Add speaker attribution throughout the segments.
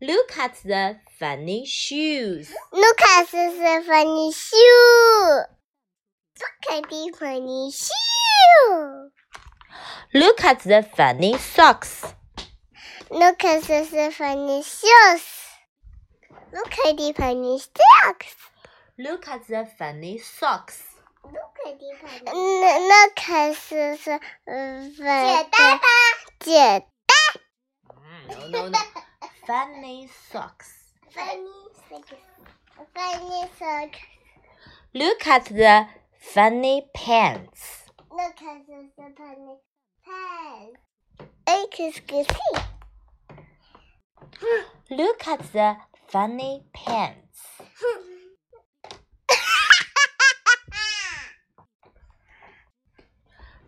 Speaker 1: Look at the funny shoes.
Speaker 2: Look at this funny shoe. Look at this funny shoe.
Speaker 1: Look at the funny socks.
Speaker 2: Look at this funny shoes. Look at the funny socks.
Speaker 1: Look at the funny socks.
Speaker 2: Look at the funny. Look at this funny. 简单吧？简
Speaker 1: No, no, no. funny socks.
Speaker 2: funny socks. Funny socks.
Speaker 1: Look at the funny pants.
Speaker 2: Look at this funny pants. Look at this
Speaker 1: Look at the funny pants.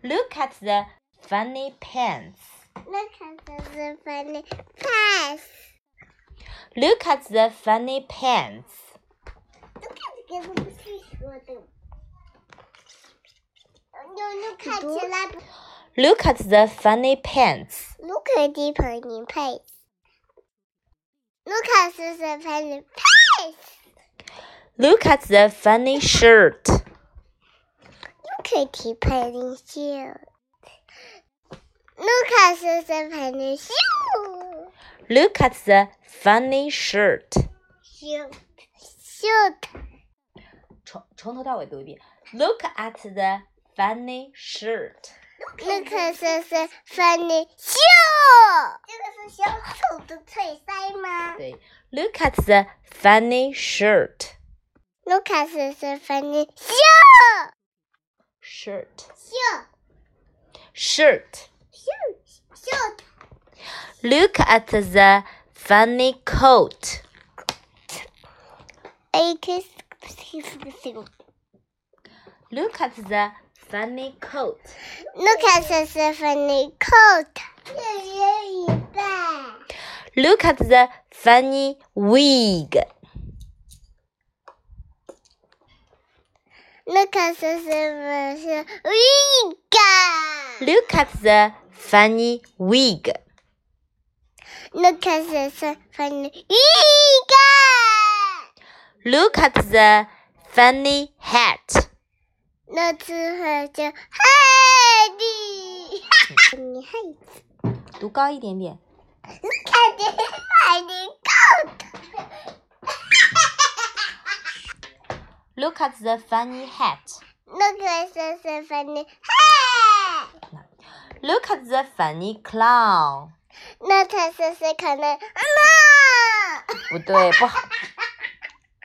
Speaker 1: Look at the funny pants.
Speaker 2: Look at this funny pants.
Speaker 1: Look at the funny pants.
Speaker 2: Look at this funny shoes. Look at
Speaker 1: Look
Speaker 2: this.
Speaker 1: at the funny pants.
Speaker 2: Look at the funny pants. Look at this funny pants.
Speaker 1: Look at the funny shirt.
Speaker 2: Look at the funny shoes. Look at
Speaker 1: Look at
Speaker 2: this funny shoes.
Speaker 1: the funny shirt.
Speaker 2: Shoot. Shoot.
Speaker 1: 从从头到尾读一遍。Look at the funny shirt.
Speaker 2: Look at this funny shoe. 这个是小丑的衬衫吗
Speaker 1: 对，Look at the funny shirt.
Speaker 2: ？Look at this funny shoe.
Speaker 1: Shirt.
Speaker 2: Shoe.
Speaker 1: Shirt.
Speaker 2: Shoe. Shoot.
Speaker 1: Look at the funny coat.
Speaker 2: A kiss. Look
Speaker 1: Look at the funny coat.
Speaker 2: at this funny coat. 这人一半。
Speaker 1: Look at the funny wig.
Speaker 2: Look at this funny wig.
Speaker 1: Look at the funny wig.
Speaker 2: Look at
Speaker 1: Look
Speaker 2: this funny wig.
Speaker 1: at the funny hat.
Speaker 2: 那只海叫海蒂，你害死！
Speaker 1: 读高一点点。
Speaker 2: 看见海蒂告的，
Speaker 1: Look at the funny hat.
Speaker 2: 那个是是粉的嗨，
Speaker 1: Look at the funny clown.
Speaker 2: 那才是是可能啊！
Speaker 1: 不对，不好，